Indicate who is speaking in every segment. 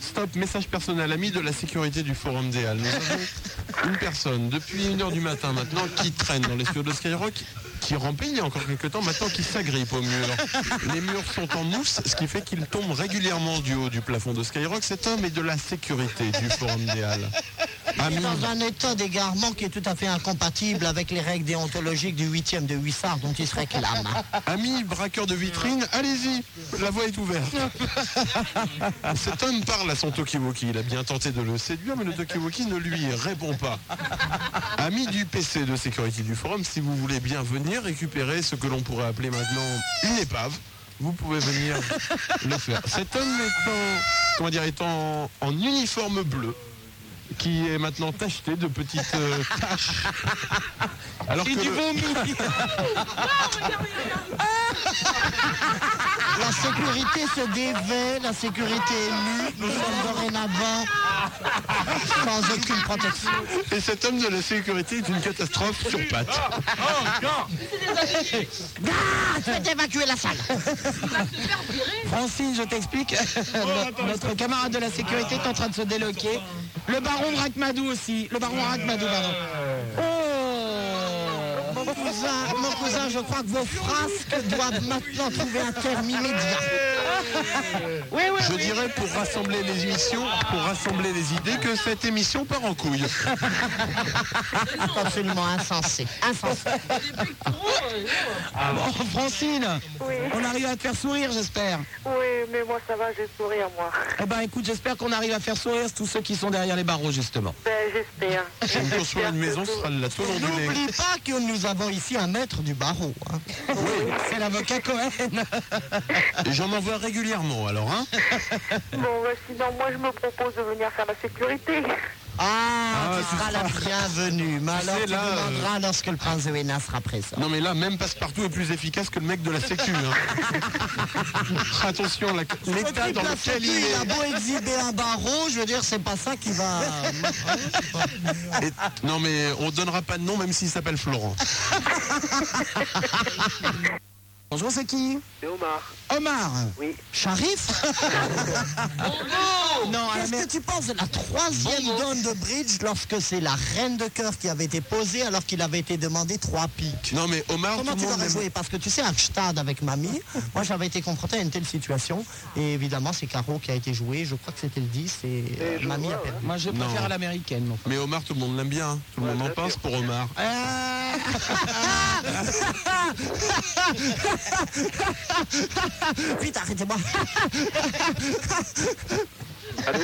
Speaker 1: Stop, message personnel ami de la sécurité du Forum des Halles. Nous avons une personne, depuis 1h du matin maintenant, qui traîne dans les studios de Skyrock, qui rampait il y a encore quelques temps, maintenant qui s'agrippe au mur. Les murs sont en mousse, ce qui fait qu'il tombe régulièrement du haut du plafond de Skyrock. Cet homme est de la sécurité du Forum des Halles.
Speaker 2: Il est
Speaker 1: Amine,
Speaker 2: dans un état d'égarement qui est tout à fait incompatible avec les règles déontologiques du 8e de Huissard dont il se réclame.
Speaker 1: Ami, braqueur de vitrine, allez-y, la voie est ouverte. Cet homme parle à son Tokiwoki. Il a bien tenté de le séduire, mais le Tokiwoki ne lui répond pas. Ami du PC de sécurité du forum, si vous voulez bien venir récupérer ce que l'on pourrait appeler maintenant une épave, vous pouvez venir le faire. Cet homme est en, comment dire, est en- en uniforme bleu qui est maintenant tacheté de petites euh, taches. Alors que le-
Speaker 2: La sécurité se dévait, la sécurité est nue. Nous sommes dorénavant sans aucune protection.
Speaker 1: Et cet homme de la sécurité est une catastrophe sur pattes.
Speaker 2: Ah, faites évacuer la salle.
Speaker 3: Francine, je t'explique. Notre- Notre camarade de la sécurité est en train de se déloquer. Le baron Rachmadou aussi. Le baron Rachmadou, pardon. Oh
Speaker 2: Mon cousin, mon cousin, je crois que vos frasques doivent maintenant trouver un terme immédiat.
Speaker 3: Oui, oui,
Speaker 1: Je
Speaker 3: oui.
Speaker 1: dirais pour rassembler les émissions, pour rassembler les idées, que cette émission part en couille.
Speaker 2: Absolument insensé. Insensé.
Speaker 3: Bon, Francine,
Speaker 4: Oui.
Speaker 3: on arrive à te faire sourire, j'espère.
Speaker 4: Oui, mais moi ça va, j'ai le sourire moi.
Speaker 3: Eh ben, écoute, j'espère qu'on arrive à faire sourire tous ceux qui sont derrière les barreaux, justement.
Speaker 4: Ben, j'espère.
Speaker 1: Une qu'on soit une maison, ce sera la tôle ondulée.
Speaker 2: N'oublie pas que nous avons ici un maître du barreau. hein.
Speaker 3: C'est l'avocat Cohen.
Speaker 1: Et j'en envoie régulièrement, alors, hein
Speaker 4: Bon, ben, sinon, moi je me propose de venir faire la sécurité.
Speaker 2: Ah,
Speaker 1: Ah,
Speaker 2: tu seras la bienvenue. Mais alors,
Speaker 1: sais,
Speaker 2: tu
Speaker 1: là, euh,
Speaker 2: demanderas lorsque le prince de Hénin sera présent.
Speaker 1: Non, mais là, même Passepartout est plus efficace que le mec de la Sécu. hein. Attention, la- l'état dans
Speaker 2: Triple
Speaker 1: lequel
Speaker 2: sécu,
Speaker 1: il
Speaker 2: il a
Speaker 1: est.
Speaker 2: beau exhiber un barreau, je veux dire, c'est pas ça qui va.
Speaker 1: Et- Non, mais on donnera pas de nom, même s'il s'appelle Florent.
Speaker 3: Bonjour, c'est qui
Speaker 5: C'est Omar.
Speaker 3: Omar.
Speaker 5: Oui.
Speaker 2: Sharif
Speaker 3: Non,
Speaker 1: Ah,
Speaker 3: à la
Speaker 2: Qu'est-ce
Speaker 3: mer-
Speaker 2: que tu penses de la troisième donne de bridge lorsque c'est la reine de cœur qui avait été posée alors qu'il avait été demandé trois piques
Speaker 1: Non, mais
Speaker 3: Ah,
Speaker 1: Omar,
Speaker 2: Comment
Speaker 1: tout le
Speaker 2: tu
Speaker 1: monde
Speaker 2: l'aurais
Speaker 1: aime-
Speaker 2: joué Parce que tu sais, à Gstad avec mamie, moi j'avais été confronté à une telle situation. Et évidemment, c'est Caro qui a été joué. Je crois que c'était le 10 et euh,
Speaker 5: je
Speaker 2: mamie
Speaker 5: vois,
Speaker 2: a perdu.
Speaker 3: Moi, je
Speaker 1: Non.
Speaker 3: préfère à l'américaine. mon frère.
Speaker 1: Mais Omar, tout le monde l'aime bien. hein. Tout le
Speaker 5: Ouais,
Speaker 1: monde en
Speaker 5: bien
Speaker 1: pense
Speaker 5: sûr.
Speaker 1: pour Omar.
Speaker 3: Ah.
Speaker 2: Vite, arrêtez-moi
Speaker 5: Allô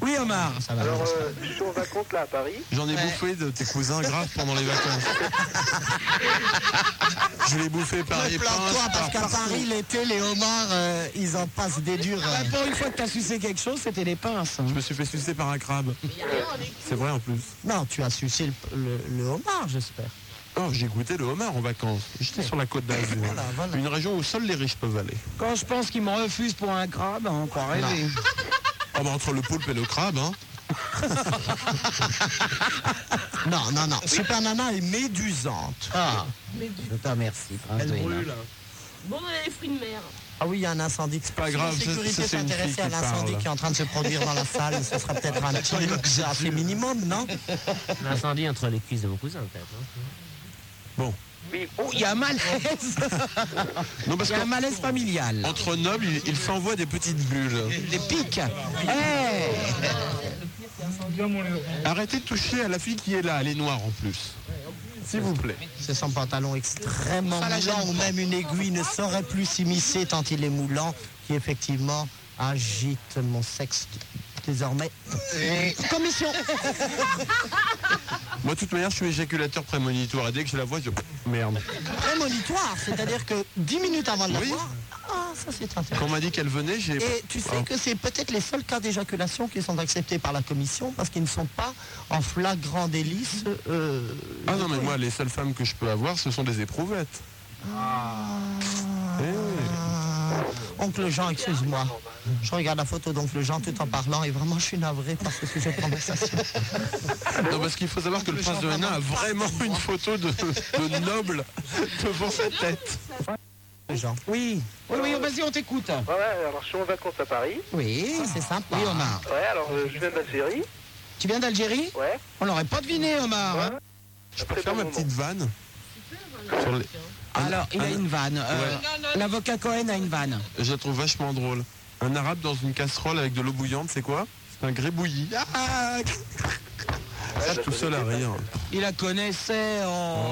Speaker 3: Oui, Omar.
Speaker 5: Alors, euh, je suis en vacances là à Paris.
Speaker 1: J'en ai
Speaker 3: Ouais.
Speaker 1: bouffé de tes cousins graves pendant les vacances. je l'ai bouffé par les
Speaker 2: Ne
Speaker 1: pinces,
Speaker 5: euh,
Speaker 2: Plante-toi
Speaker 1: par
Speaker 2: parce qu'à Paris, l'été, les homards, euh, ils en passent des durs.
Speaker 3: Bah,
Speaker 2: euh.
Speaker 3: pour une fois que t'as sucé quelque chose, c'était les pinces. hein.
Speaker 1: Je me suis fait sucer par un crabe. C'est vrai en plus.
Speaker 2: Non, tu as sucé le, le- le homard, j'espère.
Speaker 1: Oh, j'ai goûté le homard en vacances. J'étais sur la côte d'Azur.
Speaker 2: Voilà, voilà.
Speaker 1: Une région où seuls les riches peuvent aller.
Speaker 3: Quand je pense qu'ils me refusent pour un crabe, on croit rêver.
Speaker 1: Ah bah, entre le poulpe et le crabe, hein.
Speaker 2: Non, non, non. Super Nana est médusante. Ah,
Speaker 3: Je te remercie. Prince de Hénin.
Speaker 6: Bon, on a les fruits de mer.
Speaker 2: ah oui, il y a un incendie.
Speaker 1: pas grave,
Speaker 2: Si
Speaker 1: ça-
Speaker 2: la sécurité
Speaker 1: ça, c'est une
Speaker 2: s'intéressait
Speaker 1: fille
Speaker 2: à
Speaker 1: qui
Speaker 2: l'incendie
Speaker 1: parle. Ah,
Speaker 2: qui est en train de se produire dans la salle, ce serait peut-être un petit luxe assez minimum, non
Speaker 7: L'incendie entre les cuisses de vos cousins, peut-être. hein.
Speaker 3: Oh, il y a un malaise.
Speaker 1: Non, parce
Speaker 3: Il y a un
Speaker 1: qu'entre
Speaker 3: malaise familial.
Speaker 1: nobles, ils il s'envoient des petites bulles. Eh
Speaker 3: Des pics. Hey
Speaker 1: Arrêtez de toucher à la fille qui est là, elle est noire en plus. S'il vous plaît.
Speaker 2: C'est son pantalon extrêmement
Speaker 3: Ça la gêne
Speaker 2: moulant ou même une aiguille ne saurait plus s'immiscer tant il est moulant qui effectivement agite mon sexe désormais. Commission
Speaker 1: Moi, de toute manière, je suis éjaculateur prémonitoire. Et dès que je la vois, je... Merde.
Speaker 2: prémonitoire, c'est-à-dire que 10 minutes avant de la
Speaker 1: Oui.
Speaker 2: voir, ah ça c'est intéressant.
Speaker 1: Quand on m'a dit qu'elle venait, j'ai...
Speaker 2: Et tu
Speaker 1: Ah.
Speaker 2: sais que c'est peut-être les seuls cas d'éjaculation qui sont acceptés par la commission parce qu'ils ne sont pas en flagrant délice. euh,
Speaker 1: Ah non, mais moi, les seules femmes que je peux avoir, ce sont des éprouvettes. Eh oui.
Speaker 2: ah, oncle Jean, excuse-moi. Je regarde la photo d'oncle Jean tout en parlant et vraiment je suis navré par ce sujet de conversation.
Speaker 1: Non, parce qu'il faut savoir que le prince de Hénin a vraiment une photo de, de noble devant sa tête.
Speaker 2: les gens.
Speaker 3: Oui. Oui, oui, vas-y, on t'écoute.
Speaker 5: Ouais, ouais, alors je suis en vacances à Paris.
Speaker 2: Oui, c'est sympa.
Speaker 3: Oui, Omar.
Speaker 5: Ouais, alors euh, je viens d'Algérie.
Speaker 3: Tu viens d'Algérie
Speaker 5: Ouais.
Speaker 3: On l'aurait pas deviné, Omar. hein.
Speaker 5: ouais.
Speaker 1: Je
Speaker 5: Très
Speaker 1: peux faire
Speaker 5: bon
Speaker 1: ma
Speaker 5: moment.
Speaker 1: petite vanne sur les-
Speaker 3: Alors,
Speaker 2: Ah,
Speaker 3: il a une vanne. euh,
Speaker 1: Ouais.
Speaker 3: L'avocat Cohen a une vanne.
Speaker 1: Je la trouve vachement drôle. Un arabe dans une casserole avec de l'eau bouillante, c'est quoi C'est un grébouillis. Ah
Speaker 5: Ouais,
Speaker 1: Ça,
Speaker 5: je la
Speaker 1: tout seul à
Speaker 5: connaissais
Speaker 1: rire.
Speaker 3: Il la connaissait. Oh.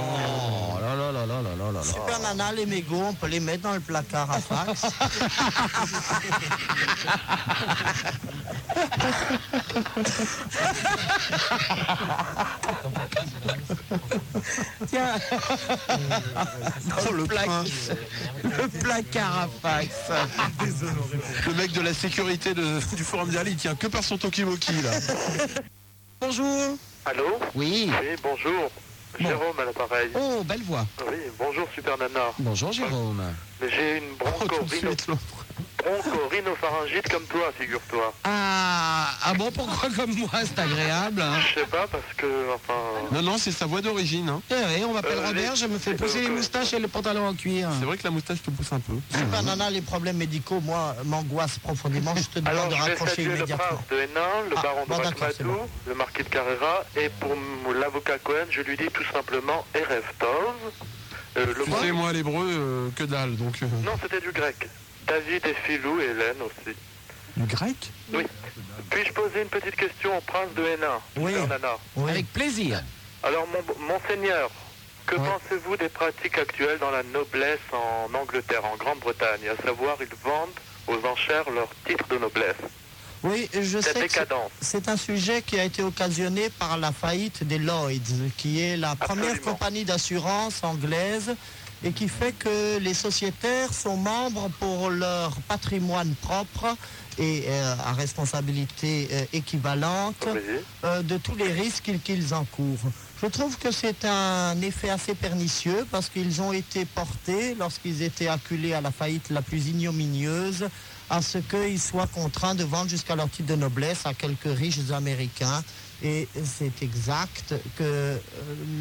Speaker 2: Oh là là là là là là là. Super nana, les mégots, on peut les mettre dans le placard à fax.
Speaker 3: Tiens,
Speaker 1: Oh, le pain.
Speaker 3: le placard à fax.
Speaker 1: Le mec de la sécurité de- du Forum d'Ali, il tient que par son Tokiwoki, là.
Speaker 3: Bonjour.
Speaker 5: pas. Allô
Speaker 3: Oui.
Speaker 5: Oui, bonjour. Jérôme à l'appareil.
Speaker 3: Oh, belle voix.
Speaker 5: Oui, bonjour Super Nana.
Speaker 3: Bonjour, Jérôme.
Speaker 5: Mais J'ai une
Speaker 1: Oh, tout de
Speaker 5: bronchorhino-
Speaker 1: suite, l'autre.
Speaker 5: bronchorhinopharyngite comme toi, figure-toi.
Speaker 3: Ah, ah bon, pourquoi comme moi, c'est agréable hein
Speaker 5: Je sais pas parce que, enfin...
Speaker 1: Non, non, c'est sa voix d'origine. hein.
Speaker 3: Eh oui, on m'appelle
Speaker 5: Euh,
Speaker 3: Robert,
Speaker 5: les-
Speaker 3: je me fais pousser les moustaches et le pantalon en cuir.
Speaker 2: Ah.
Speaker 1: C'est vrai que la moustache te pousse un peu.
Speaker 2: Super nana, les problèmes médicaux, moi, m'angoissent profondément. Je te demande
Speaker 5: Alors,
Speaker 2: Ah, de
Speaker 5: je vais
Speaker 2: raccrocher
Speaker 5: saluer le
Speaker 2: immédiatement.
Speaker 5: prince de Hénin, le
Speaker 2: Ah,
Speaker 5: baron de
Speaker 2: bon, d'accord, c'est
Speaker 5: Rakhmadou,
Speaker 2: bon.
Speaker 5: le marquis de Carrera, et pour m- l'avocat Cohen, je lui dis tout simplement Erev Tov. Euh, le
Speaker 1: Tu
Speaker 5: roi-
Speaker 1: sais, moi, l'hébreu, euh, que dalle, donc... euh,
Speaker 5: Non, c'était du grec. David et Philou et Hélène aussi.
Speaker 1: Du grec
Speaker 5: Oui. Puis-je poser une petite question au prince de Hénin
Speaker 2: Oui.
Speaker 5: Super Nana.
Speaker 2: Oui.
Speaker 3: Avec plaisir.
Speaker 5: Alors, mon- monseigneur, que pensez-vous des pratiques actuelles dans la noblesse en Angleterre, en Grande-Bretagne À savoir, ils vendent aux enchères leurs titres de noblesse.
Speaker 2: Oui, je
Speaker 5: La
Speaker 2: sais que c'est-
Speaker 5: décadence.
Speaker 2: c'est un sujet qui a été occasionné par la faillite des Lloyds, qui est la première
Speaker 5: Absolument.
Speaker 2: compagnie d'assurance anglaise et qui fait que les sociétaires sont membres pour leur patrimoine propre et euh, à responsabilité euh, équivalente
Speaker 5: Oui.
Speaker 2: euh, de tous les risques qu'ils- qu'ils encourent. Je trouve que c'est un effet assez pernicieux parce qu'ils ont été portés, lorsqu'ils étaient acculés à la faillite la plus ignominieuse, à ce qu'ils soient contraints de vendre jusqu'à leur titre de noblesse à quelques riches Américains. Et c'est exact que euh,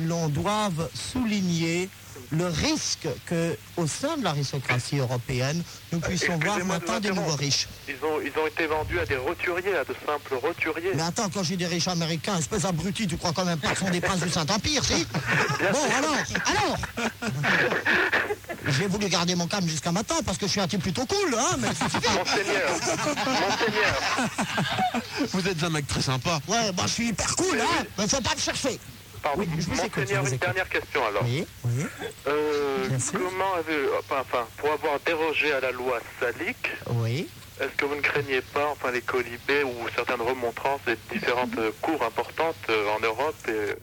Speaker 2: l'on doive souligner le risque que, au sein de l'aristocratie européenne, nous puissions voir
Speaker 5: Excusez-moi de
Speaker 2: maintenant des
Speaker 5: vous
Speaker 2: nouveaux
Speaker 5: interrompre.
Speaker 2: riches.
Speaker 5: Ils ont, ils ont été vendus à des roturiers, à de simples roturiers.
Speaker 2: Mais attends, quand j'ai des riches américains, espèce abruti, tu crois quand même pas que ce sont des princes du Saint-Empire, si Bon, alors, alors J'ai voulu garder mon calme jusqu'à maintenant parce que je suis un type plutôt cool, hein, mais ça suffit.
Speaker 5: Monseigneur, monseigneur,
Speaker 1: Vous êtes un mec très sympa.
Speaker 2: Ouais, bah, je suis hyper cool, hein Mais faut pas me chercher
Speaker 5: pardon,
Speaker 2: Oui, je vous écoute, je
Speaker 5: monseigneur,
Speaker 2: vous
Speaker 5: une
Speaker 2: écoute.
Speaker 5: dernière question alors.
Speaker 2: Oui, oui,
Speaker 5: Euh,
Speaker 2: Bien sûr.
Speaker 5: comment avez, enfin, enfin, pour avoir dérogé à la loi salique,
Speaker 2: oui.
Speaker 5: est-ce que vous ne craignez pas, enfin, les colibés ou certaines remontrances des différentes
Speaker 2: Mhm.
Speaker 5: euh, cours importantes euh, en Europe et...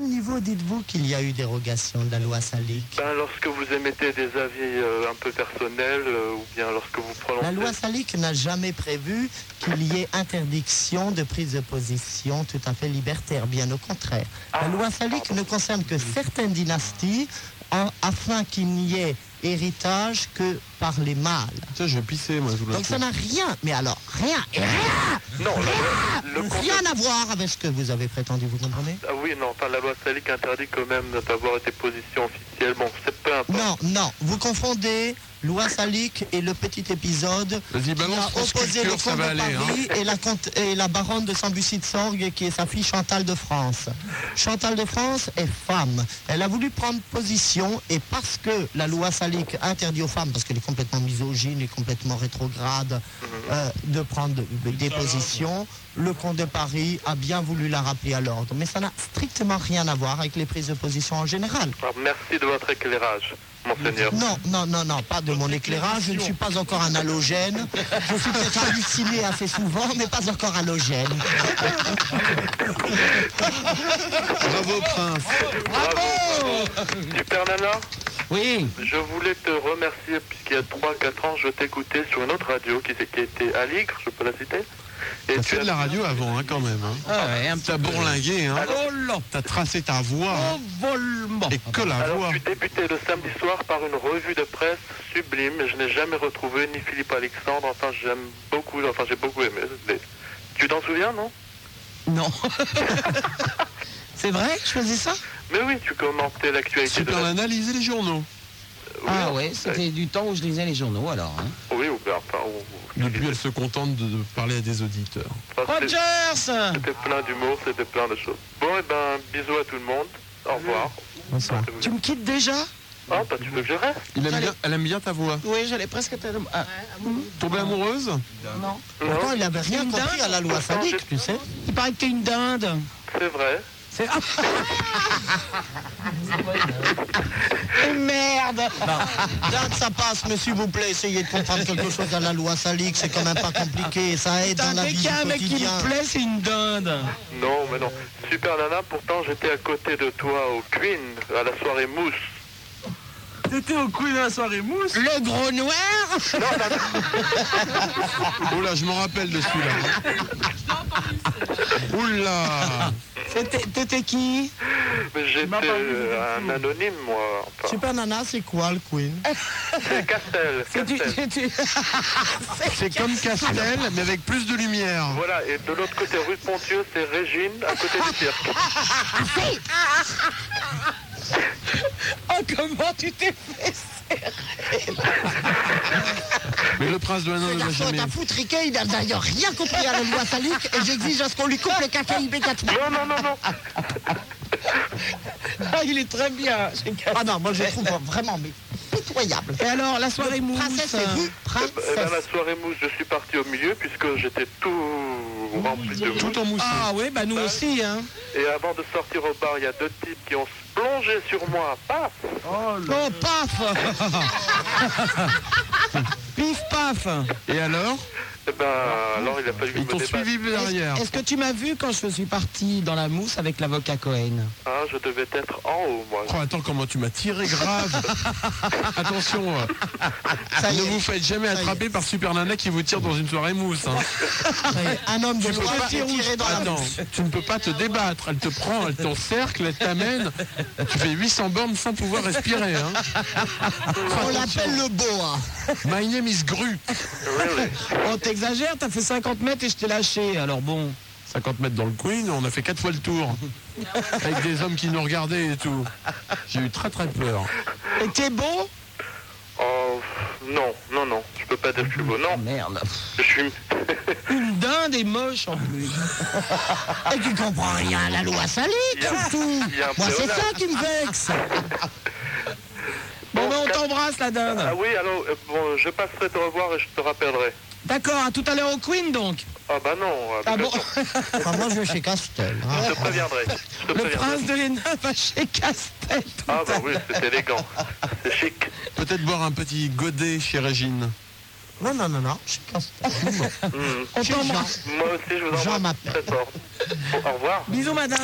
Speaker 2: Au niveau, dites-vous qu'il y a eu dérogation de la loi Salique.
Speaker 5: Ben, lorsque vous émettez des avis euh, un peu personnels euh, ou bien lorsque vous prononcez...
Speaker 2: La loi Salique n'a jamais prévu qu'il y ait interdiction de prise de position tout à fait libertaire, bien au contraire. La loi Salique ne concerne que certaines dynasties en- afin qu'il n'y ait héritage que par les mâles.
Speaker 1: Tiens, je vais pisser, moi, sous la
Speaker 2: Donc ça n'a rien, mais alors rien, et rien,
Speaker 5: Non, la loi- le
Speaker 2: rien à voir avec ce que vous avez prétendu, vous comprenez
Speaker 5: Ah oui, non, enfin, la loi salique interdit quand même d'avoir des positions officielles. Bon, c'est peu importe.
Speaker 2: Non, non, vous confondez loi Salique et le petit épisode
Speaker 1: Vas-y,
Speaker 2: qui
Speaker 1: balance
Speaker 2: a
Speaker 1: France
Speaker 2: opposé
Speaker 1: Culture,
Speaker 2: le comte
Speaker 1: ça va
Speaker 2: de
Speaker 1: aller. Hein.
Speaker 2: Paris et, la comte- et la baronne de Sambucy de Sorgue, qui est sa fille Chantal de France. Chantal de France est femme. Elle a voulu prendre position, et parce que la loi salique interdit aux femmes, parce qu'elle est complètement misogyne et complètement rétrograde, euh, de prendre des positions, le comte de Paris a bien voulu la rappeler à l'ordre. Mais ça n'a strictement rien à voir avec les prises de position en général.
Speaker 5: Alors, merci de votre éclairage, monseigneur.
Speaker 2: Non, non, non, non, pas de mon éclairage. Je ne suis pas encore un halogène. Je suis peut-être halluciné assez souvent, mais pas encore halogène.
Speaker 1: Bravo, prince.
Speaker 5: Super Nana,
Speaker 3: Oui.
Speaker 5: je voulais te remercier puisqu'il y a 3-4 ans, je t'écoutais sur une autre radio qui, qui était à Ligre, je peux la citer. Et
Speaker 1: T'as
Speaker 5: tu
Speaker 1: fait de
Speaker 5: as-
Speaker 1: la radio avant, hein, quand même. Hein.
Speaker 3: Ah ouais, un petit
Speaker 1: T'as bourlingué, hein.
Speaker 3: Oh là
Speaker 1: T'as tracé ta voix. hein.
Speaker 3: Oh, volement
Speaker 1: Et que la
Speaker 5: Alors,
Speaker 1: voix.
Speaker 5: tu débutais le samedi soir par une revue de presse sublime. et Je n'ai jamais retrouvé ni Philippe Alexandre. Enfin, j'aime beaucoup, enfin, j'ai beaucoup aimé. Mais Tu t'en souviens, non
Speaker 3: Non. c'est vrai Je faisais ça
Speaker 5: Mais oui, tu commentais l'actualité de la...
Speaker 1: Superman, lisez les journaux.
Speaker 5: Oui,
Speaker 3: Ah ouais, c'était du temps où je lisais les journaux alors. hein.
Speaker 5: Oui, ou bien, enfin, ou-
Speaker 1: Depuis, elle se contente de, de parler à des auditeurs.
Speaker 5: enfin, c'est-
Speaker 3: Rogers
Speaker 5: c'était plein d'humour, c'était plein de choses. Bon, et ben, bisous à tout le monde. Au revoir.
Speaker 2: Bonsoir.
Speaker 3: Tu me quittes déjà
Speaker 5: Ah, bah, tu veux que je reste
Speaker 1: Il aime
Speaker 3: Allez.
Speaker 1: bien- elle aime bien ta voix.
Speaker 3: Oui, j'allais presque te... Ah,
Speaker 1: Tombée amoureuse
Speaker 3: non.
Speaker 5: Non,
Speaker 2: Pourtant, il n'avait rien
Speaker 3: Une
Speaker 2: compris
Speaker 3: dinde
Speaker 2: à la loi Sadik, tu sais.
Speaker 3: Il paraît que t'es une dinde.
Speaker 5: c'est vrai.
Speaker 3: C'est... Ah. Et Eh, merde
Speaker 2: Dinde, ça passe, mais s'il vous plaît, essayez de comprendre quelque chose à la loi Salique, c'est quand même pas compliqué, ça aide
Speaker 3: Putain,
Speaker 2: dans la
Speaker 3: Dès
Speaker 2: vie
Speaker 3: qu'il y
Speaker 2: du
Speaker 3: a un mec qui
Speaker 2: quotidien.
Speaker 3: me plaît, c'est une dinde.
Speaker 5: Non, mais non. Super Nana, pourtant, j'étais à côté de toi au Queen, à la soirée Mousse.
Speaker 8: T'étais au coup de la soirée mousse
Speaker 3: Le gros noir
Speaker 1: Oh là, je me rappelle de celui-là. Oula
Speaker 3: C'était- T'étais qui
Speaker 5: Mais
Speaker 8: m'a
Speaker 5: J'étais
Speaker 8: pas vu,
Speaker 5: euh, un anonyme, moi. Enfin,
Speaker 2: Super Nana, c'est quoi le Queen
Speaker 5: c'est Castel.
Speaker 3: C'est du...
Speaker 5: Castel.
Speaker 3: c'est du-
Speaker 1: C'est comme Castel, mais avec plus de lumière.
Speaker 5: Voilà, et de l'autre côté, rue Pontieux, c'est Régine, à côté du cirque.
Speaker 3: Oh, comment tu t'es fait
Speaker 1: Mais le prince de la
Speaker 2: Eh,
Speaker 1: Nain ne l'a jamais.
Speaker 2: foutriqué, il n'a d'ailleurs rien compris à la loi Salique, et j'exige à ce qu'on lui coupe le café immédiatement.
Speaker 5: Non, non, non, non.
Speaker 3: Ah, il est très bien. j'ai cassé.
Speaker 2: Ah non, moi je le trouve vraiment mais pitoyable.
Speaker 3: Et alors, la soirée mousse
Speaker 2: Princesse et vous,
Speaker 5: Eh ben, la
Speaker 2: princesse.
Speaker 5: soirée Mousse, je suis parti au milieu, puisque j'étais tout rempli de mousse.
Speaker 1: Tout en mousse.
Speaker 3: Ah oui, bah nous aussi, hein.
Speaker 5: Et avant de sortir au bar, il y a deux types qui ont plongé sur moi. Ah Paf
Speaker 8: Oh là
Speaker 3: Oh, paf Pif, paf
Speaker 1: Et alors
Speaker 5: Eh ben, alors il a fallu que je
Speaker 1: Ils
Speaker 5: me
Speaker 1: t'ont
Speaker 5: débatte.
Speaker 1: suivi derrière.
Speaker 3: Est-ce que tu m'as vu quand je suis parti dans la mousse avec l'avocat Cohen
Speaker 5: Hein, je devais être en haut, moi.
Speaker 1: Oh, attends, comment tu m'as tiré grave Attention, euh,
Speaker 2: Ça y
Speaker 1: ne
Speaker 2: est,
Speaker 1: vous faites jamais
Speaker 2: y est.
Speaker 1: attraper par Super Nana qui vous tire dans une soirée mousse. hein.
Speaker 2: ça y est, un homme de
Speaker 1: Tu peux
Speaker 2: loi
Speaker 1: pas-
Speaker 2: est tiré dans la
Speaker 1: Attends,
Speaker 2: mousse.
Speaker 1: tu ne peux pas te débattre. Elle te prend, elle t'encercle, elle t'amène. Tu fais 800 bornes sans pouvoir respirer. hein.
Speaker 2: On l'appelle le boa.
Speaker 1: My name is Gru.
Speaker 5: Really
Speaker 3: Oh, t'exagères, t'as fait 50 mètres et je t'ai lâché, alors bon.
Speaker 1: 50 mètres dans le Queen, on a fait quatre fois le tour. Avec des hommes qui nous regardaient et tout. J'ai eu très très peur.
Speaker 3: Et t'es beau
Speaker 5: Oh, non, non, non. Je peux pas dire que je suis beau. Non,
Speaker 3: Merde.
Speaker 5: je suis...
Speaker 3: Une dinde est moche en plus.
Speaker 2: Et tu comprends rien à la loi Salique surtout.
Speaker 5: Il y a un
Speaker 2: Moi c'est
Speaker 5: pléonasme.
Speaker 2: ça qui me vexe.
Speaker 3: Bon, ben on t'embrasse la
Speaker 5: Ah
Speaker 3: dinde.
Speaker 5: oui, alors, euh, bon, je passerai te revoir et je te rappellerai.
Speaker 3: D'accord, à tout à l'heure au Queen donc.
Speaker 5: Ah bah non, avec
Speaker 3: Ah bon
Speaker 5: le-
Speaker 2: Enfin, moi je vais chez Castel. hein.
Speaker 5: je te préviendrai. Je te
Speaker 3: Le
Speaker 5: préviendrai.
Speaker 3: prince de l'Hénin va chez Castel.
Speaker 5: Ah bah oui, c'est élégant. C'est chic.
Speaker 1: Peut-être boire un petit godet chez Régine.
Speaker 2: Non, non, non, non, chez Castel.
Speaker 5: Hmm.
Speaker 3: On
Speaker 2: Chez Jean.
Speaker 3: t'embrasse.
Speaker 5: Moi aussi, je vous
Speaker 2: Jean
Speaker 5: embrasse
Speaker 2: m'appelle.
Speaker 5: très fort. Bon, au revoir.
Speaker 3: Bisous ma dinde.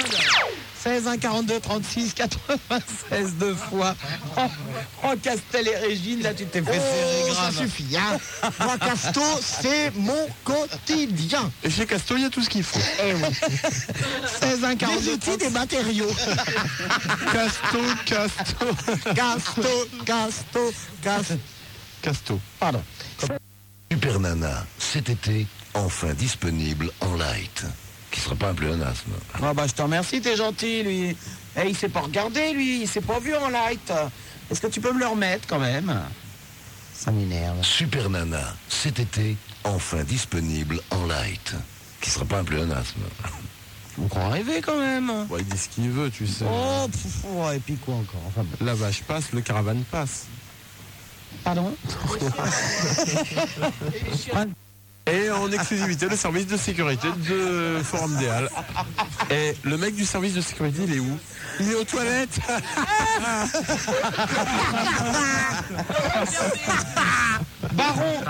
Speaker 3: 16 1 42 36 96 deux fois. Oh, oh, Castel et Régine, là tu t'es fait serrer
Speaker 2: Oh, ça
Speaker 3: grave.
Speaker 2: suffit, hein. Moi, Casto, c'est mon quotidien.
Speaker 1: Et chez Casto, il y a tout ce qu'il faut.
Speaker 3: 16 1
Speaker 2: Des
Speaker 3: 42
Speaker 2: outils,
Speaker 3: 36.
Speaker 2: des matériaux.
Speaker 1: Casto, Casto.
Speaker 2: Casto, Casto, Casto.
Speaker 1: Casto.
Speaker 9: Super Nana, cet été, enfin disponible en light. Qui sera pas un pléonasme.
Speaker 3: Ah bah je t'en remercie, t'es gentil lui. Eh, il s'est pas regardé lui, il s'est pas vu en light. Est-ce que tu peux me le remettre quand même Ça m'énerve.
Speaker 9: Super Nana, cet été, enfin disponible en light. Qui sera pas un pléonasme.
Speaker 3: Je me crois rêver quand même.
Speaker 1: Bon, il dit ce qu'il veut, tu sais.
Speaker 3: Oh, pff, oh, et puis quoi encore Enfin bon.
Speaker 1: La vache passe, le caravane passe.
Speaker 3: Pardon
Speaker 1: Et en exclusivité, le service de sécurité de Forum des Halles. Et le mec du service de sécurité, il est où Il est aux toilettes
Speaker 3: Baron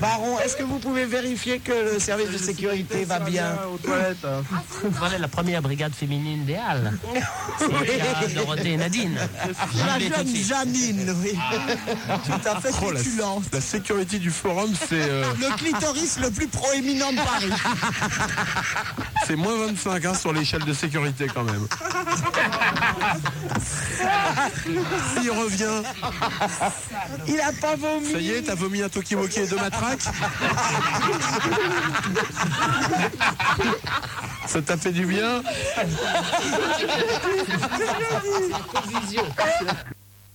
Speaker 3: Baron, est-ce que vous pouvez vérifier que le service de sécurité va bien
Speaker 8: aux toilettes. hein.
Speaker 7: Voilà la première brigade féminine des Halles. C'est Léa, Dorothée et Nadine.
Speaker 2: La
Speaker 7: Rappelez tout de
Speaker 2: jeune
Speaker 7: suite. Ah.
Speaker 2: Janine, oui. Tout à fait
Speaker 1: Oh, la,
Speaker 2: succulent.
Speaker 1: la sécurité du forum, c'est euh,
Speaker 2: Le clitoris le plus proéminent de Paris.
Speaker 1: C'est moins 25 hein, sur l'échelle de sécurité quand même. Il revient.
Speaker 3: Il a pas vomi.
Speaker 1: Ça y est, t'as vomi un Tokiwoki et deux matraques Ça t'a fait du bien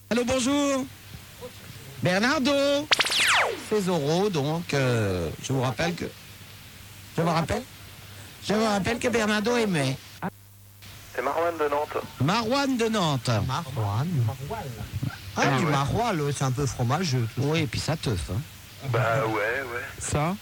Speaker 3: Allô, bonjour. Bernardo. C'est Zorro, donc euh, je vous rappelle que. Je vous rappelle Je vous rappelle que Bernardo aimait.
Speaker 5: C'est Marwan de Nantes.
Speaker 3: Marouane de Nantes.
Speaker 2: Maroilles. Ah, du maroilles, c'est un peu fromageux. tout
Speaker 3: Oui, et puis ça teuf. Hein.
Speaker 5: Bah ouais, ouais.
Speaker 1: Ça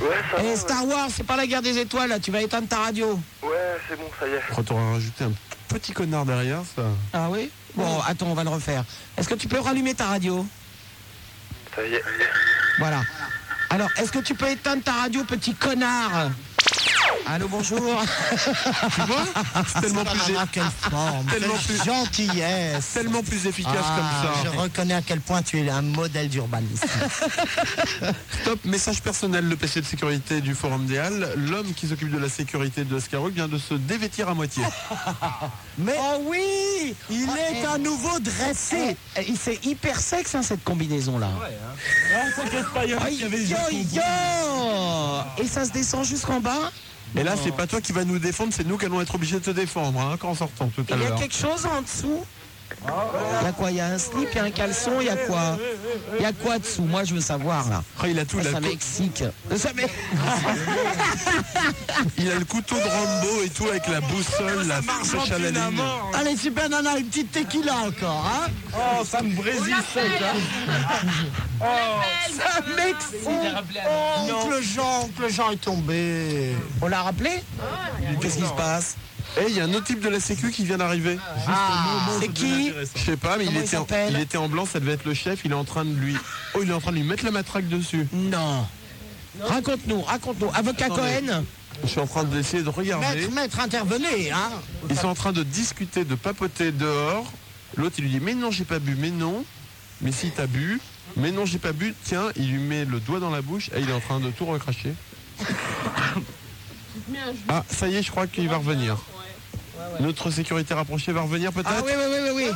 Speaker 5: Ouais, ça va,
Speaker 3: Eh,
Speaker 5: ouais.
Speaker 3: Star Wars, c'est pas la guerre des étoiles, là. tu vas éteindre ta radio.
Speaker 5: Ouais, c'est bon, ça y est.
Speaker 1: Quand on rajouté un petit connard derrière, ça.
Speaker 3: Ah oui Bon, attends, on va le refaire. Est-ce que tu peux rallumer ta radio
Speaker 5: Ça y est.
Speaker 3: Voilà. Alors, est-ce que tu peux éteindre ta radio, petit connard Allô, bonjour.
Speaker 1: Tu vois C'est tellement plus,
Speaker 2: Ah, quelle forme,
Speaker 1: Tellement
Speaker 2: quelle
Speaker 1: plus-
Speaker 2: gentillesse.
Speaker 1: tellement plus efficace
Speaker 2: Ah,
Speaker 1: comme ça.
Speaker 2: Je reconnais à quel point tu es un modèle d'urbanisme.
Speaker 1: Top, message personnel, le PC de sécurité du Forum des Halles. L'homme qui s'occupe de la sécurité de Skyrock vient de se dévêtir à moitié.
Speaker 2: Mais
Speaker 3: oh oui
Speaker 2: il est à nouveau dressé.
Speaker 3: C'est eh, c'est hyper sexe, hein, cette combinaison-là. Aïe, aïe, aïe. Et ça se descend jusqu'en bas
Speaker 1: Et là, c'est pas toi qui va nous défendre, c'est nous qui allons être obligés de te défendre hein, quand en sortant tout à
Speaker 3: Il y a
Speaker 1: l'heure.
Speaker 3: quelque chose en dessous Il y a quoi Il y a un slip, il y a un caleçon, il y a quoi Il y a quoi dessous Moi, je veux savoir, là.
Speaker 1: Ah, il a tout,
Speaker 3: Ça,
Speaker 1: il a,
Speaker 3: ça
Speaker 1: le cou-
Speaker 3: m'excite. Ça m'ex-
Speaker 1: il a le couteau de Rambo et tout avec la boussole, la flèche à la ligne.
Speaker 2: Allez, super nana, une petite tequila encore, hein
Speaker 8: Oh, ça me brésille sec. hein.
Speaker 3: ça m'excite.
Speaker 2: Oncle Jean, oncle Jean est tombé.
Speaker 3: On l'a rappelé Qu'est-ce qui se passe
Speaker 1: Eh, il y a un autre type de la Sécu qui vient d'arriver.
Speaker 3: Ah, c'est qui
Speaker 1: Je sais pas, mais il
Speaker 3: Comment il
Speaker 1: était, en,
Speaker 3: s'appelle
Speaker 1: il était en blanc, ça devait être le chef. Il est en train de lui, oh, il est en train de lui mettre la matraque dessus.
Speaker 3: Non. Raconte-nous, raconte-nous. Avocat
Speaker 1: Attendez.
Speaker 3: Cohen
Speaker 1: Je suis en train d'essayer de regarder.
Speaker 2: Maître, maître, intervenez, hein
Speaker 1: Ils sont en train de discuter, de papoter dehors. L'autre, il lui dit Mais non, j'ai pas bu, mais non. Mais si, t'as bu. Mais non, j'ai pas bu. Tiens, il lui met le doigt dans la bouche et il est en train de tout recracher. Ah, ça y est, je crois qu'il va revenir. Notre sécurité rapprochée va revenir
Speaker 3: Ah
Speaker 1: peut-être
Speaker 3: oui, oui, oui, oui, oui.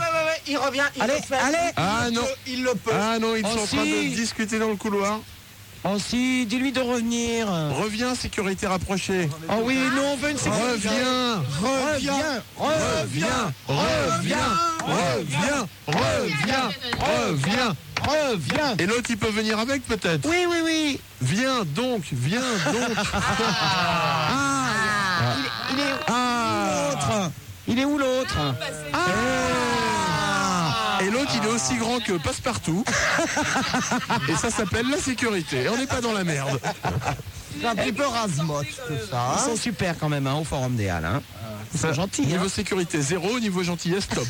Speaker 2: il revient, il
Speaker 3: Allez, allez
Speaker 1: Ah non
Speaker 2: il le peut.
Speaker 1: Ah non, ils sont
Speaker 3: Oh,
Speaker 1: en train de
Speaker 3: si.
Speaker 1: discuter dans le couloir.
Speaker 3: Oh si, dis-lui de revenir.
Speaker 1: Reviens, sécurité rapprochée.
Speaker 3: Oh oui, nous on veut une sécurité.
Speaker 1: Reviens
Speaker 3: Reviens,
Speaker 1: Reviens Reviens Reviens Reviens Reviens
Speaker 3: reviens.
Speaker 1: Et l'autre, il peut venir avec peut-être
Speaker 3: Oui, oui, oui.
Speaker 1: Viens donc, viens donc.
Speaker 3: Ah. Il est
Speaker 1: Ah.
Speaker 3: l'autre. Il est où l'autre
Speaker 1: Et l'autre, il est aussi grand que Passepartout. Et ça s'appelle la sécurité. Et on n'est pas dans la merde.
Speaker 2: C'est un petit peu rasmote, tout ça.
Speaker 3: Ils
Speaker 2: hein.
Speaker 3: sont Ah, super quand même hein, au Forum des Halles. Hein. Ils sont gentils. hein.
Speaker 1: Niveau sécurité, zéro. Niveau gentillesse, top.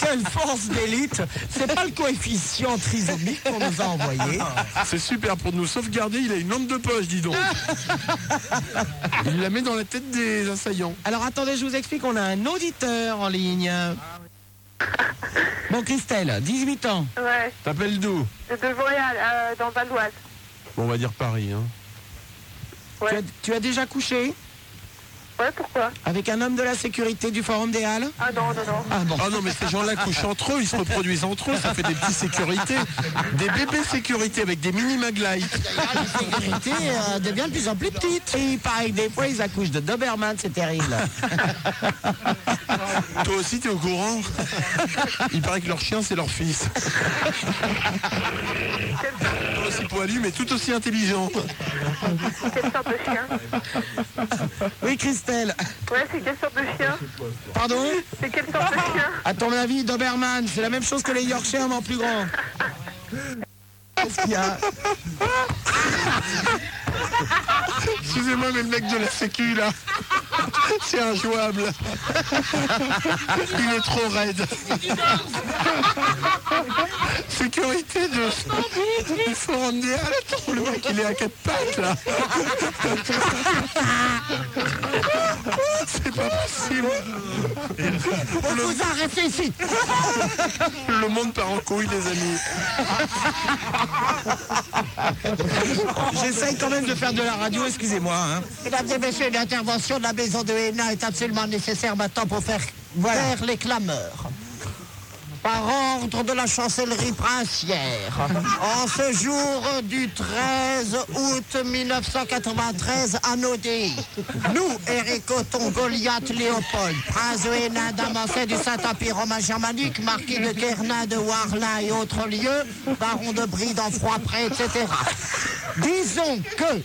Speaker 2: Quelle force d'élite C'est pas le coefficient trisomique qu'on nous a envoyé.
Speaker 1: C'est super pour nous sauvegarder. Il a une lampe de poche, dis donc. Il la met dans la tête des assaillants.
Speaker 3: Alors attendez, je vous explique, on a un auditeur en ligne. Bon Christelle, 18 ans.
Speaker 4: Ouais,
Speaker 1: T'appelles d'où
Speaker 4: de Vauréal, euh, dans Val d'Oise.
Speaker 1: Bon, on va dire Paris. hein.
Speaker 3: Tu, as, tu as déjà couché
Speaker 4: Ouais, pourquoi
Speaker 3: avec un homme de la sécurité du Forum des Halles
Speaker 4: Ah non, non, non.
Speaker 3: Ah bon.
Speaker 1: Oh non, mais ces gens-là couchent entre eux, ils se reproduisent entre eux, ça fait des petits sécurités. Des bébés sécurité avec des mini maglites.
Speaker 3: sécurité euh, devient de plus en plus petite. Et pareil, des fois ils accouchent de Doberman, c'est terrible.
Speaker 1: Toi aussi, t'es au courant Il paraît que leur chien, c'est leur fils. Pas aussi poilu, mais tout aussi intelligent.
Speaker 4: Quelle sorte de chien
Speaker 3: Oui Christelle,
Speaker 4: Ouais, c'est quelle sorte de chien
Speaker 3: pardon
Speaker 4: C'est quelle sorte de chien
Speaker 3: À ton avis, Doberman, c'est la même chose que les Yorkshire, mais en plus grand. Qu'est-ce qu'il y a
Speaker 1: Excusez-moi, mais le mec de la sécu, là, C'est injouable. Il est trop raide. Sécurité de. Il faut ramener. Ah, Attends, le mec, il est à quatre pattes là. C'est pas possible.
Speaker 3: Vous arrêtez ici
Speaker 1: Le monde part en couille, les amis.
Speaker 3: J'essaye quand même de faire de la radio, excusez-moi. hein.
Speaker 2: Mesdames et messieurs, l'intervention de la maison de Hénin est absolument nécessaire maintenant pour faire
Speaker 3: Voilà.
Speaker 2: taire les clameurs. Par ordre de la chancellerie princière, en ce jour du 13 août 1993 à Nodé, nous, Éric Othon, Goliath Léopold, prince de Hénin d'Amancé du Saint-Empire romain germanique, marquis de Guernin, de Warlin et autres lieux, baron de Bride en Froidpré, etc. Disons que,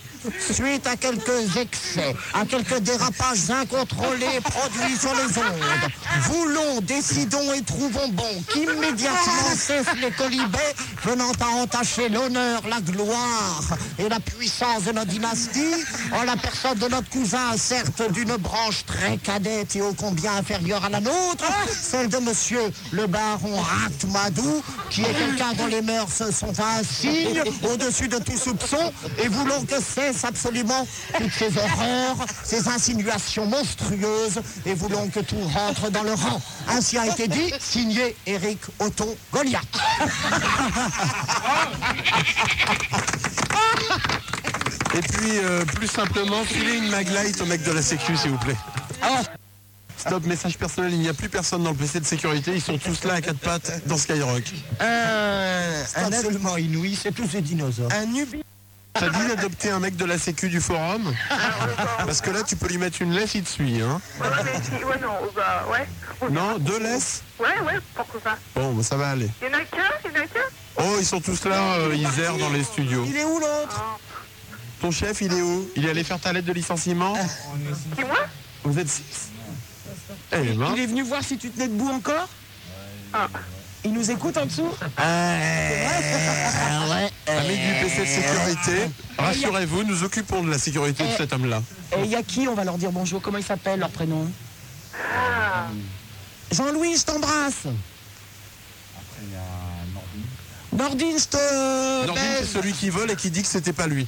Speaker 2: suite à quelques excès, à quelques dérapages incontrôlés produits sur les ondes, voulons, décidons et trouvons bon qu'immédiatement cessent les colibets venant à entacher l'honneur, la gloire et la puissance de notre dynastie, en la personne de notre cousin, certes d'une branche très cadette et ô combien inférieure à la nôtre, celle de monsieur le baron Ratmadou, qui est quelqu'un dont les mœurs sont un signe au-dessus de tout soupçon et voulons que cesse absolument toutes ces horreurs, ces insinuations monstrueuses et voulons que tout rentre dans le rang. Ainsi a été dit, signé Éric Othon Goliath.
Speaker 1: Et puis, euh, plus simplement, filez une maglite au mec de la Sécu, s'il vous plaît. Stop, message personnel, il n'y a plus personne dans le PC de sécurité, ils sont tous là à quatre pattes dans Skyrock.
Speaker 3: Euh, un,
Speaker 2: Absolument inouï, c'est tous ces dinosaures.
Speaker 3: un ubi-
Speaker 1: T'as dit d'adopter un mec de la sécu du forum Parce que là, tu peux lui mettre une laisse, il te suit. Hein.
Speaker 4: Ouais, mais si- ouais, non, bah, ouais. Ou bien-
Speaker 1: Non, deux laisses
Speaker 4: Ouais, ouais, pourquoi pas.
Speaker 1: Bon, bah, ça va aller.
Speaker 4: Il y en a qu'un, il y en a qu'un.
Speaker 1: Oh, ils sont tous là, euh, ils errent dans les studios.
Speaker 3: Il est où l'autre
Speaker 1: Ton chef, il est où Il est allé faire ta lettre de licenciement
Speaker 4: Dis moi
Speaker 1: Vous êtes six Eh ben,
Speaker 3: Il est venu voir si tu tenais debout encore
Speaker 4: Ah.
Speaker 3: Il nous écoute en dessous
Speaker 1: amis du PC de sécurité, rassurez-vous, nous occupons de la sécurité de cet homme-là.
Speaker 3: Et il y a qui On va leur dire bonjour. Comment ils s'appellent, leur prénom
Speaker 4: Ah,
Speaker 3: Jean-Louis, je t'embrasse. Nordine, je te.
Speaker 1: Nordine, c'est
Speaker 3: baise.
Speaker 1: celui qui vole et qui dit que c'était pas lui.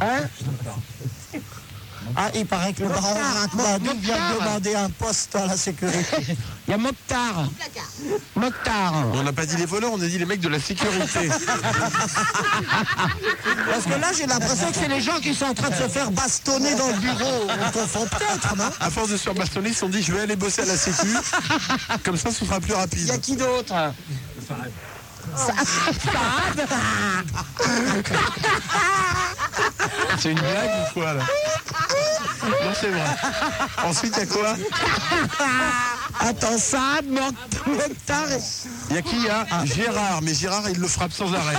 Speaker 3: Hein
Speaker 2: Ah, il paraît que le baron Ratmadou vient de demander un poste à la sécurité.
Speaker 3: Il y a Mokhtar. Mokhtar.
Speaker 1: On n'a pas dit les voleurs, on a dit les mecs de la sécurité.
Speaker 2: Parce que là, j'ai l'impression que c'est les gens qui sont en train de se faire bastonner dans le bureau. On confond peut-être, non
Speaker 1: À force de se faire bastonner, ils se sont dit je vais aller bosser à la sécu. Comme ça, ce sera plus
Speaker 3: Il y a
Speaker 1: rapide.
Speaker 3: qui d'autre
Speaker 1: C'est une blague ou quoi là Non, c'est vrai. Ensuite, il y a quoi
Speaker 3: Attends, Saad, Mok- Mokhtar. et-
Speaker 1: Il y a qui Il y a Gérard, mais Gérard, il le frappe sans arrêt.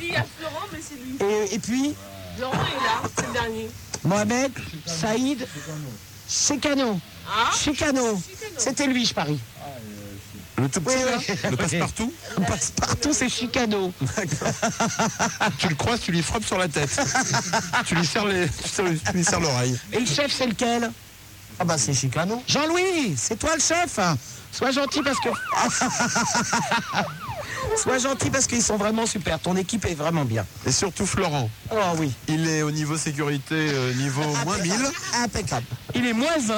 Speaker 6: Il y a Florent, mais c'est lui.
Speaker 3: Et, et puis
Speaker 6: Florent Oh, est là, c'est le dernier.
Speaker 3: Mohamed, Saïd, Chicano.
Speaker 6: Ah
Speaker 3: Chicano. C'était lui, je parie.
Speaker 1: Le tout petit,
Speaker 3: Oui,
Speaker 1: là,
Speaker 3: oui.
Speaker 1: le passe-partout
Speaker 3: On passe partout, c'est Chicano.
Speaker 1: Tu le croises, tu lui frappes sur la tête. tu lui serres les- tu serres- tu lui serres l'oreille.
Speaker 3: Et le chef, c'est lequel
Speaker 2: Ah bah c'est chicano.
Speaker 3: Jean-Louis, c'est toi le chef. Sois gentil parce que. Sois gentil parce qu'ils sont vraiment super. Ton équipe est vraiment bien.
Speaker 1: Et surtout Florent,
Speaker 3: Oh oui.
Speaker 1: il est au niveau sécurité, euh, niveau moins 1000.
Speaker 2: Impeccable.
Speaker 3: Il est moins 20.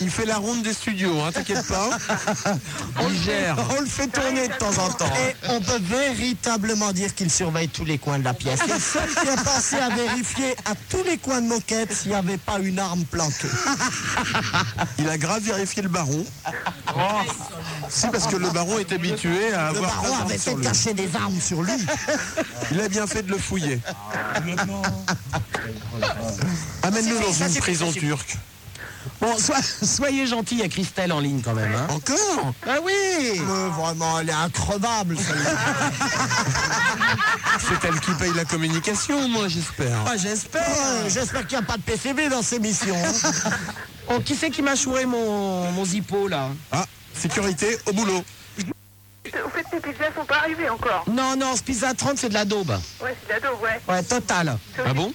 Speaker 1: Il fait la ronde des studios, hein, t'inquiète pas. Il gère.
Speaker 3: On le fait tourner de temps en temps.
Speaker 2: Ah. Et on peut véritablement dire qu'il surveille tous les coins de la pièce. C'est le seul qui est passé à vérifier à tous les coins de moquette s'il n'y avait pas une arme planquée.
Speaker 1: Il a grave vérifié le baron. C'est parce que le baron est habitué à
Speaker 2: Oh. Le
Speaker 1: avoir plein
Speaker 2: baron
Speaker 1: d'armes
Speaker 2: avait
Speaker 1: sur
Speaker 2: fait
Speaker 1: lui.
Speaker 2: cacher des armes sur lui.
Speaker 1: Il a bien fait de le fouiller.
Speaker 2: Ah,
Speaker 1: Amène-le dans une prison turque.
Speaker 3: Bon, sois- soyez gentil, il y a Christelle en ligne quand même. hein.
Speaker 1: Encore
Speaker 3: Ah oui
Speaker 2: Euh, vraiment, elle est increvable. celle-là.
Speaker 1: C'est elle qui paye la communication, moi j'espère.
Speaker 3: Ah, J'espère.
Speaker 2: Euh, J'espère qu'il n'y a pas de PCB dans ces missions. hein.
Speaker 3: Oh, qui c'est qui m'a chouré mon, mon zippo là
Speaker 1: Ah, sécurité au boulot.
Speaker 4: vous faites les pizzas sont pas arrivées encore.
Speaker 3: Non, non, ce pizza 30, c'est de la daube.
Speaker 4: Ouais, c'est de la daube, ouais.
Speaker 3: Ouais, total.
Speaker 1: Ah bon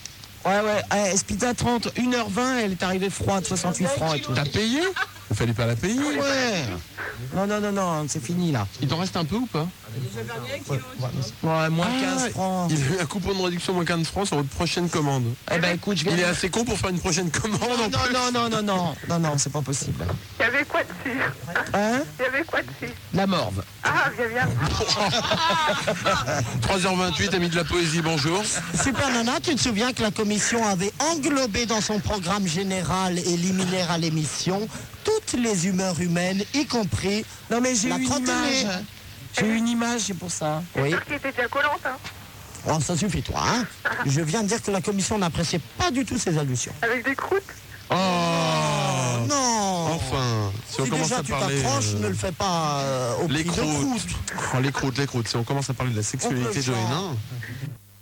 Speaker 3: Ouais, ouais, eh, ce pizza 30, 1h20, elle est arrivée froide, 68 francs et tout.
Speaker 1: T'as payé Il fallait pas la payer.
Speaker 3: Ouais Non, non, non, non, c'est fini là.
Speaker 1: Il t'en reste un peu ou pas
Speaker 6: J'avais un kilo. tu vois.
Speaker 3: Ouais, moins
Speaker 1: Ah,
Speaker 3: 15 francs.
Speaker 1: Il a eu un coupon de réduction moins 15 francs sur votre prochaine commande.
Speaker 3: Eh ben écoute, je vais.
Speaker 1: Il est assez con pour faire une prochaine commande. en
Speaker 3: Non,
Speaker 1: plus.
Speaker 3: non, non, non, non, non, non, c'est pas possible.
Speaker 4: Il y avait quoi dessus
Speaker 3: Hein
Speaker 4: Il y avait quoi dessus
Speaker 3: De La morve.
Speaker 4: Ah, bien, bien.
Speaker 1: 3h28, ami de la poésie, bonjour.
Speaker 2: Super Nana, tu te souviens que la commission avait englobé dans son programme général et liminaire à l'émission toutes les humeurs humaines, y compris
Speaker 3: Non, mais j'ai
Speaker 2: La
Speaker 3: eu une
Speaker 2: crotte au nez.
Speaker 3: image. J'ai eu une image, c'est pour ça.
Speaker 2: Oui.
Speaker 4: Sûr qu'il était déjà collante, hein.
Speaker 2: Oh, ça suffit, toi. hein. Je viens de dire que la commission n'appréciait pas du tout ces allusions.
Speaker 4: Avec des croûtes.
Speaker 1: Oh,
Speaker 2: non
Speaker 1: Enfin, Oh. si on
Speaker 2: Si
Speaker 1: commence
Speaker 2: déjà
Speaker 1: à
Speaker 2: tu
Speaker 1: parler.
Speaker 2: t'approches,
Speaker 1: euh,
Speaker 2: ne le fais pas euh, au
Speaker 1: les
Speaker 2: prix de
Speaker 1: croûtes.
Speaker 2: croûte.
Speaker 1: Oh, les croûtes, les croûtes. Si on commence à parler de la sexualité de
Speaker 2: genre.
Speaker 1: Hénin.